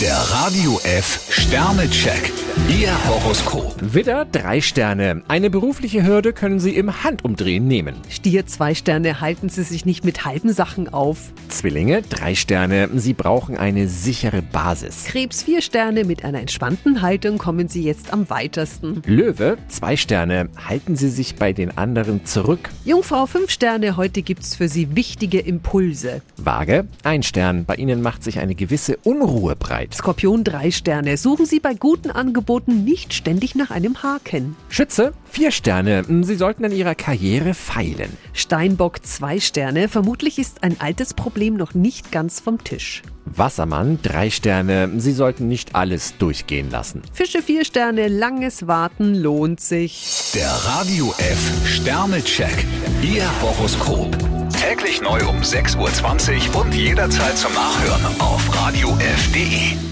Der Radio F Sternecheck. Ihr Horoskop. Widder, drei Sterne. Eine berufliche Hürde können Sie im Handumdrehen nehmen. Stier, zwei Sterne, halten Sie sich nicht mit halben Sachen auf. Zwillinge, drei Sterne. Sie brauchen eine sichere Basis. Krebs, vier Sterne, mit einer entspannten Haltung kommen Sie jetzt am weitesten. Löwe, zwei Sterne. Halten Sie sich bei den anderen zurück. Jungfrau, fünf Sterne, heute gibt's für Sie wichtige Impulse. Waage, ein Stern. Bei Ihnen macht sich eine gewisse Unruhe breit. Skorpion, drei Sterne, suchen Sie bei guten Angeboten nicht ständig nach einem Haken. Schütze, vier Sterne. Sie sollten an Ihrer Karriere feilen. Steinbock, zwei Sterne, vermutlich ist ein altes Problem noch nicht ganz vom Tisch. Wassermann, drei Sterne. Sie sollten nicht alles durchgehen lassen. Fische, vier Sterne, langes Warten lohnt sich. Der Radio F Sternecheck. Ihr Horoskop. Täglich neu um 6.20 Uhr und jederzeit zum Nachhören auf Radio radiof.de.